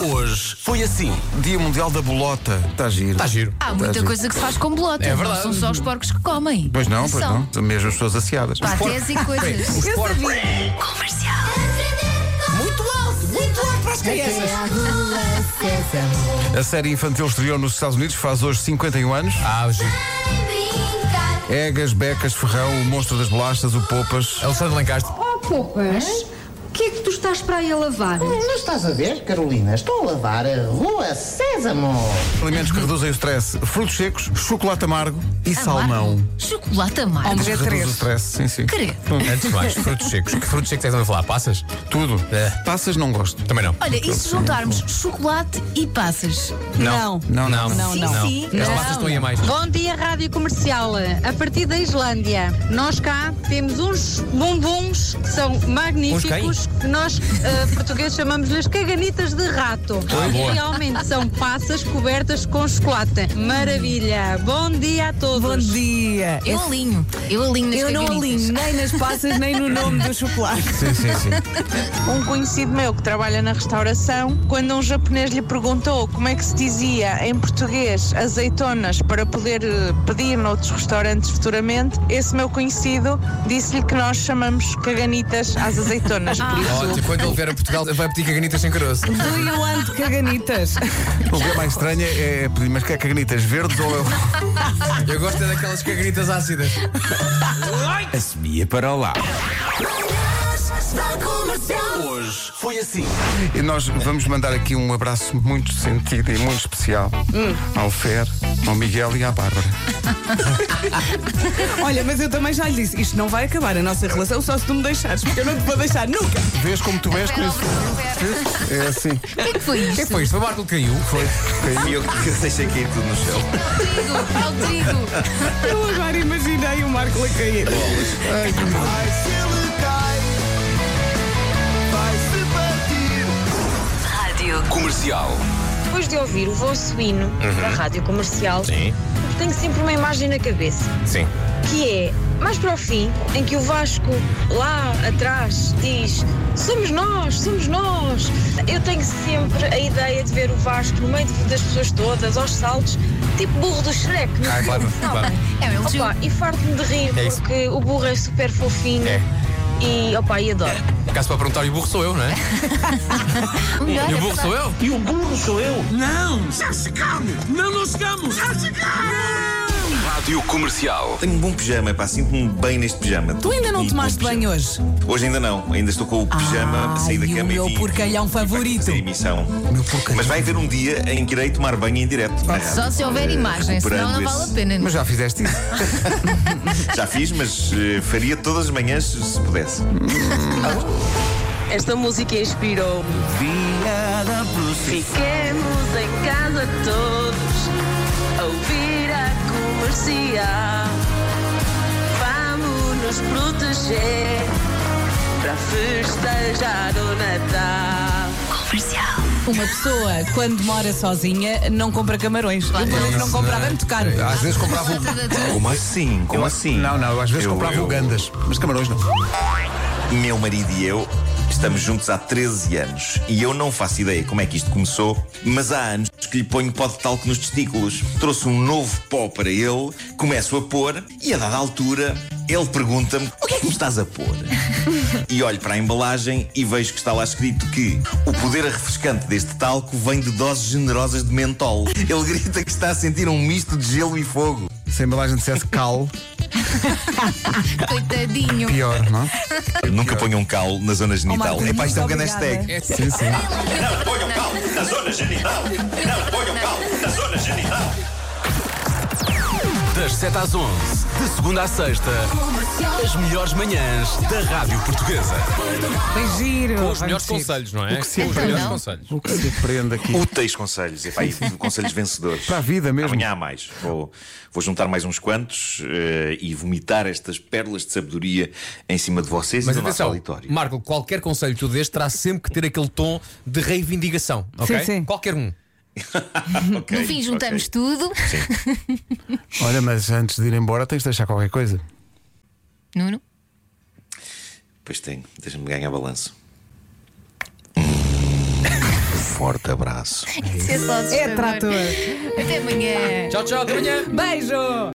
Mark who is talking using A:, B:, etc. A: Hoje foi assim.
B: Dia Mundial da Bolota. Está giro.
A: Está giro.
C: Há muita coisa que se faz com bolota.
A: É verdade.
C: Não são só os porcos que comem.
B: Pois não, pois
C: São
B: não. Mesmo as pessoas asseadas.
C: Patês e coisas.
A: Os porcos.
D: Muito alto, muito alto para as crianças.
B: A série infantil exterior nos Estados Unidos faz hoje 51 anos.
A: Ah, giro.
B: Egas, Becas, Ferrão, o Monstro das Bolachas, o Popas.
A: Alexandre Lancaster.
E: Oh, Popas, o que é que tu estás para aí a lavar?
F: Não estás a ver, Carolina? Estou a lavar a rua Sésamo.
B: Alimentos que reduzem o stress. Frutos secos, chocolate amargo e salmão.
C: Amargo. Chocolate amargo.
B: Reduz o stress, sim, sim.
C: Credo.
A: Antes de mais, frutos secos. Que frutos secos é que estás a falar? Passas?
B: Tudo.
A: É.
B: Passas não gosto.
A: Também não.
C: Olha, e se juntarmos chocolate e passas?
A: Não.
B: Não, não.
A: Não,
C: Sim, sim.
B: É
A: As
C: Não.
A: passas estão aí a mais.
G: Bom dia, Rádio Comercial. A partir da Islândia, nós cá temos uns bombuns que são magníficos. que Nós, eh, portugueses, chamamos-lhes caganitas de rato.
A: Ah, boa.
G: Realmente são passas cobertas com chocolate. Maravilha. Bom dia a todos.
H: Bom dia!
C: Eu alinho. Eu alinho nas
H: Eu não
C: caganitas.
H: alinho nem nas passas nem no nome do chocolate.
B: Sim, sim, sim.
I: Um conhecido meu que trabalha na restauração, quando um japonês lhe perguntou como é que se dizia em português azeitonas para poder eh, pedir noutros restaurantes futuramente, esse meu conhecido disse-lhe que nós chamamos caganitas às azeitonas. Por isso,
A: Ótimo, quando ele vier a Portugal, vai pedir caganitas sem caroço.
H: Ah. Do Ilan de Caganitas.
B: O que é mais estranho é pedir, mas que é cagnitas verdes ou eu?
A: Eu gosto é daquelas caganitas ácidas.
B: Assumia para lá.
A: Hoje foi assim.
B: E nós vamos mandar aqui um abraço muito sentido e muito especial ao Fer, ao Miguel e à Bárbara.
H: Olha, mas eu também já lhe disse: isto não vai acabar a nossa relação só se tu me deixares, porque eu não te vou deixar nunca.
B: Vês como tu és com isso? Vês? É assim.
C: O que é que foi
A: O que é que
C: isto?
A: foi isto? Foi o Marco que caiu. Foi.
J: E eu que deixei cair tudo no chão.
C: Trigo, é o trigo.
H: Eu agora imaginei o Marco a cair.
J: Comercial.
I: depois de ouvir o voo suíno da rádio comercial,
A: Uhum. Sim.
I: tenho sempre uma imagem na cabeça.
A: Sim.
I: que é mais para o fim, em que o Vasco lá atrás diz: Somos nós, somos nós. Eu tenho sempre a ideia de ver o Vasco no meio de- das pessoas todas, aos saltos, tipo burro do Shrek. no
A: Ah,
I: filme,
A: claro,
I: sabem?
A: claro.
C: É um elogio.
I: Opa, e farto-me de rir
A: É isso.
I: porque o burro é super fofinho
A: É.
I: e opa, e adoro.
A: Caso para perguntar, e o burro sou eu, não é?
C: O melhor
A: E
C: é
A: o burro
C: passar-
A: sou eu?
J: E o burro sou eu? Rádio Comercial. Tenho um bom pijama, pá. Sinto-me bem neste pijama.
H: Tu ainda
J: E
H: não
J: bom
H: tomaste banho
J: pijama.
H: hoje?
J: Hoje ainda não. Ainda estou com o pijama,
H: Ah,
J: saí da
H: e o
J: cama
H: meu
J: e vim-
H: porcalhão
J: e vim para aqui
H: favorito.
J: fazer emissão. Mas vai haver um dia em que irei tomar banho em direto. na rádio.
C: Só se houver
J: Eh,
C: imagem, senão não
J: recuperando
C: vale a
J: esse-
C: pena.
B: Mas já fizeste isso.
J: Já fiz, mas eh, faria todas as manhãs se pudesse.
I: Esta música inspirou-me. Fiquemos em casa todos a ouvir a comercial. Vamos nos proteger para festejar o Natal.
H: Uma pessoa, quando mora sozinha, não compra camarões. Eu, pelo menos, não comprava, é muito caro.
B: Às vezes comprava o.
J: Como assim? Como assim?
B: Não, não, às vezes
J: Eu-
B: comprava
J: eu-
B: Ugandas. Mas camarões não.
J: Meu marido e eu estamos juntos há 13 anos e eu não faço ideia como é que isto começou, mas há anos que lhe ponho pó de talco nos testículos. Trouxe um novo pó para ele, começo a pôr e a dada altura ele pergunta-me: O que é que me estás a pôr? e olho para a embalagem e vejo que está lá escrito que o poder refrescante deste talco vem de doses generosas de mentol. Ele grita que está a sentir um misto de gelo e fogo.
B: Se a embalagem dissesse cal,
C: Coitadinho.
B: pior, não?
J: Eu nunca ponho um cal na zona
H: Oh,
J: genital.
H: Marco,
J: É pá, isto é um
H: muito
J: grande
H: obrigada.
J: hashtag.
B: Sim, sim.
J: Não ponham cal na zona genital. Não ponham cal na zona genital.
A: Das 7 às 11, de segunda à sexta, as melhores manhãs da Rádio Portuguesa.
H: Foi giro.
A: Com os
H: foi
A: melhores
H: giro.
A: conselhos, não é? Com os
C: Então
A: melhores
C: não.
A: conselhos.
B: O que se aprende aqui?
J: Úteis conselhos. Epá, e conselhos vencedores.
B: Para a vida mesmo.
J: Amanhã há mais. Vou, vou juntar mais uns quantos eh, e vomitar estas pérolas de sabedoria em cima de vocês
A: Mas
J: e do nosso
A: atenção,
J: auditório.
A: Marco, qualquer conselho que tu dês terá sempre que ter aquele tom de reivindicação, ok?
H: Sim, sim.
A: Qualquer um.
J: Ok,
C: No fim, juntamos
J: ok.
C: tudo.
B: Olha, mas antes de ir embora tens de deixar qualquer coisa.
C: Nuno.
J: Pois tenho. Deixa-me ganhar balanço. forte abraço.
C: Isso é só
H: É
C: desfavor.
H: trator.
C: Até amanhã.
A: Tchau, tchau, até amanhã.
H: Beijo!